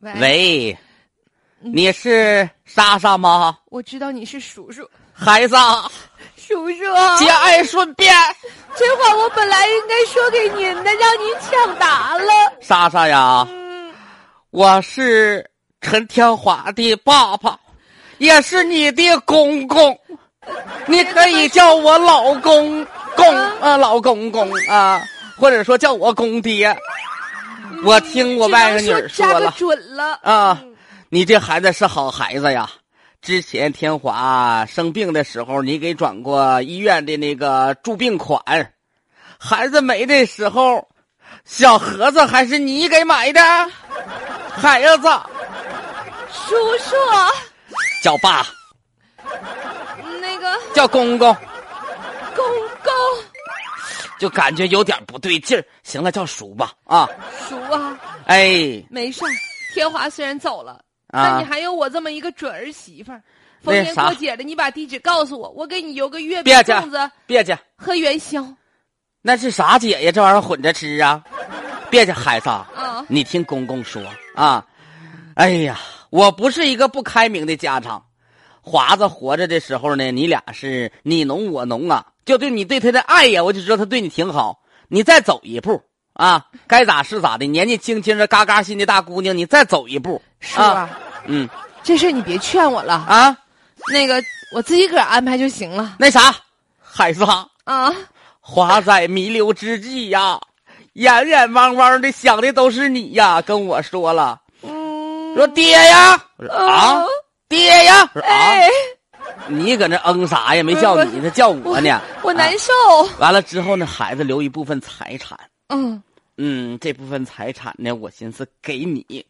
喂，喂，你是莎莎吗？我知道你是叔叔，孩子，叔叔，节哀顺变。这话我本来应该说给您的，让您抢答了。莎莎呀，嗯，我是陈天华的爸爸，也是你的公公，你可以叫我老公公嗯啊，老公公啊，或者说叫我公爹。我听我外甥女儿嗯只能说扎个了。准了啊嗯你这孩子是好孩子呀。之前天华生病的时候，你给转过医院的那个住病款。孩子没的时候，小盒子还是你给买的。孩子叔叔，叫爸，那个叫公公，公公，就感觉有点不对劲儿。行了，叫叔吧。啊，叔啊，哎，没事儿。天华虽然走了，但你啊，还有我这么一个准儿媳妇儿。逢那年啥过节的，你把地址告诉我，我给你邮个月饼别、介啊粽子别介，和元宵啊那是啥姐呀？这玩意儿混着吃啊？别介，孩子。啊。你听公公说啊，哎呀，我不是一个不开明的家长。华子活着的时候呢，你俩是你侬我侬啊，就对你对他的爱呀，我就知道他对你挺好。你再走一步啊，该咋是咋的。年纪轻轻的嘎嘎心的大姑娘，你再走一步，叔啊，嗯这事儿你别劝我了，啊，那个我自己个儿安排就行了那啥，海子啊，啊。华仔弥留之际呀、眼眼汪汪的想的都是你呀，跟我说了，嗯，说爹呀，我说啊哦，爹呀，我说啊哎，。你搁那嗯啥呀？没叫你，他叫我呢。我啊难受。完了之后呢，孩子留一部分财产。嗯，嗯，这部分财产呢，我寻思给你，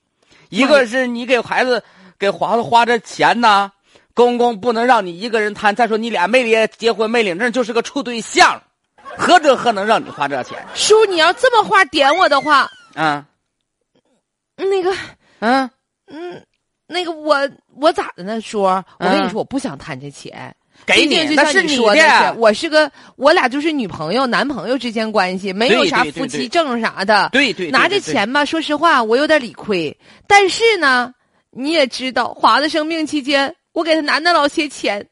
一个是你给孩子给华子花这钱呐、公公不能让你一个人贪。再说你俩没离结婚没领证，就是个处对象，何德何能让你花这钱？叔，你要这么话点我的话，啊那个，嗯嗯，那个我我咋的呢？叔，我跟你说，我不想贪这钱。嗯给毕竟你就那像是你你说的是的，我是个，我俩就是女朋友、男朋友之间关系，没有对啥对对夫妻对证啥的。对对，对拿着。对对钱吧，说实话，我有点理亏。但是呢，你也知道，华子生病期间，我给他拿那老些钱，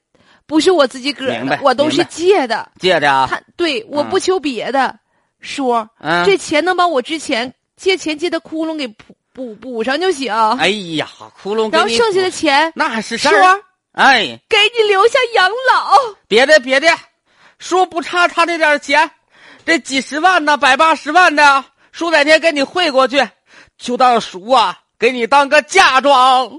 不是我自己个儿明的白，我都是明白借的。借的啊，他对，我不求别的，叔，嗯，这钱能把我之前借钱借的窟窿给补补补上就行。哎呀，窟窿给你补。然后剩下的啊钱，那是事叔儿。哎，给你留下养老。别的别的，叔不差他那点钱，这几十万呢，百八十万的，叔哪天给你汇过去，就当叔啊，给你当个嫁妆。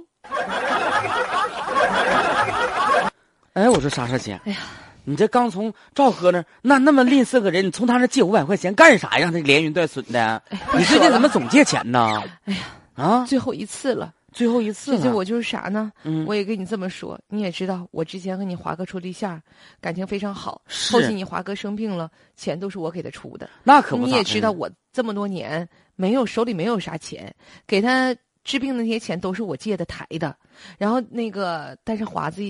哎，我说莎莎姐，哎呀，你这刚从赵哥那儿那那么吝啬个人，你从他那儿借五百块钱干啥呀？让他连云带损的，不你最说近了怎么总借钱呢？哎呀，啊，最后一次了，最后一次这就了，我就是啥呢？嗯我也跟你这么说，你也知道，我之前和你华哥处对象，感情非常好。是后期你华哥生病了，钱都是我给他出的。那可不你咋嗯也的知道，我这么多年没有手里没有啥钱，给他治病的那些钱都是我借的抬的。然后那个，但是华子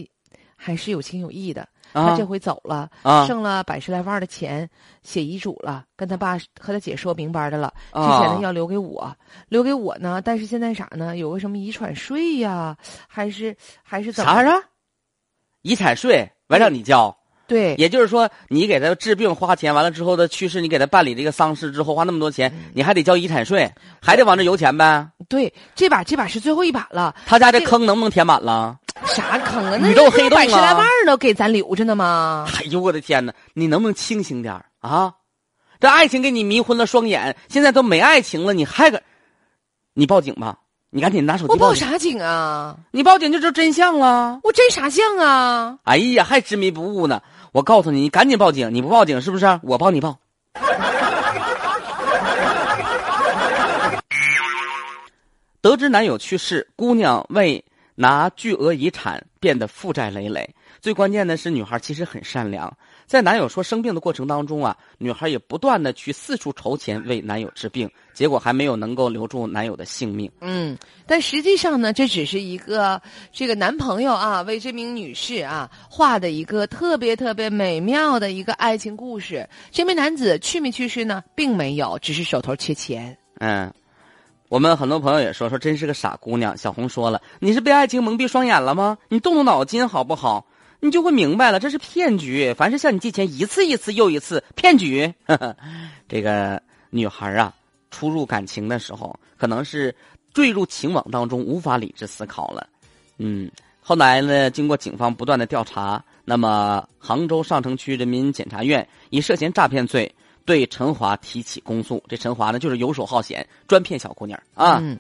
还是有情有义的，他啊这回走了，啊剩了百十来万的钱，写遗嘱了，跟他爸和他姐说明白的了，这啊钱呢要留给我，留给我呢。但是现在啥呢？有个什么遗产税呀，还是还是怎么啥？啥？遗产税完让你交。对，也就是说，你给他治病花钱，完了之后的去世，你给他办理这个丧事之后花那么多钱，嗯你还得交遗产税，还得往这油钱呗。对，这把这把是最后一把了，他家嗯这这坑能不能填满了？啥坑啊？那宇宙那黑洞百十来啊万都给咱留着呢吗？ 哎呦我的天哪！你能不能清醒点儿啊？这爱情给你迷昏了双眼，现在都没爱情了，你还敢？你报警吧！你赶紧拿手我机报报警！啥警啊？你报警就知道真相了。我真啥相啊？哎呀，还执迷不悟呢！我告诉你，你赶紧报警！你不报警是不是？我帮你报。得知男友去世，姑娘为拿巨额遗产变得负债累累。最关键的是，女孩其实很善良，在男友说生病的过程当中啊，女孩也不断的去四处筹钱为男友治病，结果还没有能够留住男友的性命。嗯，但实际上呢，这只是一个这个男朋友啊为这名女士啊画的一个特别特别美妙的一个爱情故事。这名男子去没去世呢，并没有，只是手头缺钱。嗯，我们很多朋友也说说，真是个傻姑娘。小红说了，你是被爱情蒙蔽双眼了吗？你动动脑筋好不好？你就会明白了，这是骗局。凡是向你借钱，一次一次又一次骗局。 这个女孩啊，初入感情的时候，可能是坠入情网当中，无法理智思考了。嗯，后来呢，经过警方不断的调查，那么杭州上城区人民检察院以涉嫌诈骗罪对陈华提起公诉。这陈华呢，就是游手好闲，专骗小姑娘啊。嗯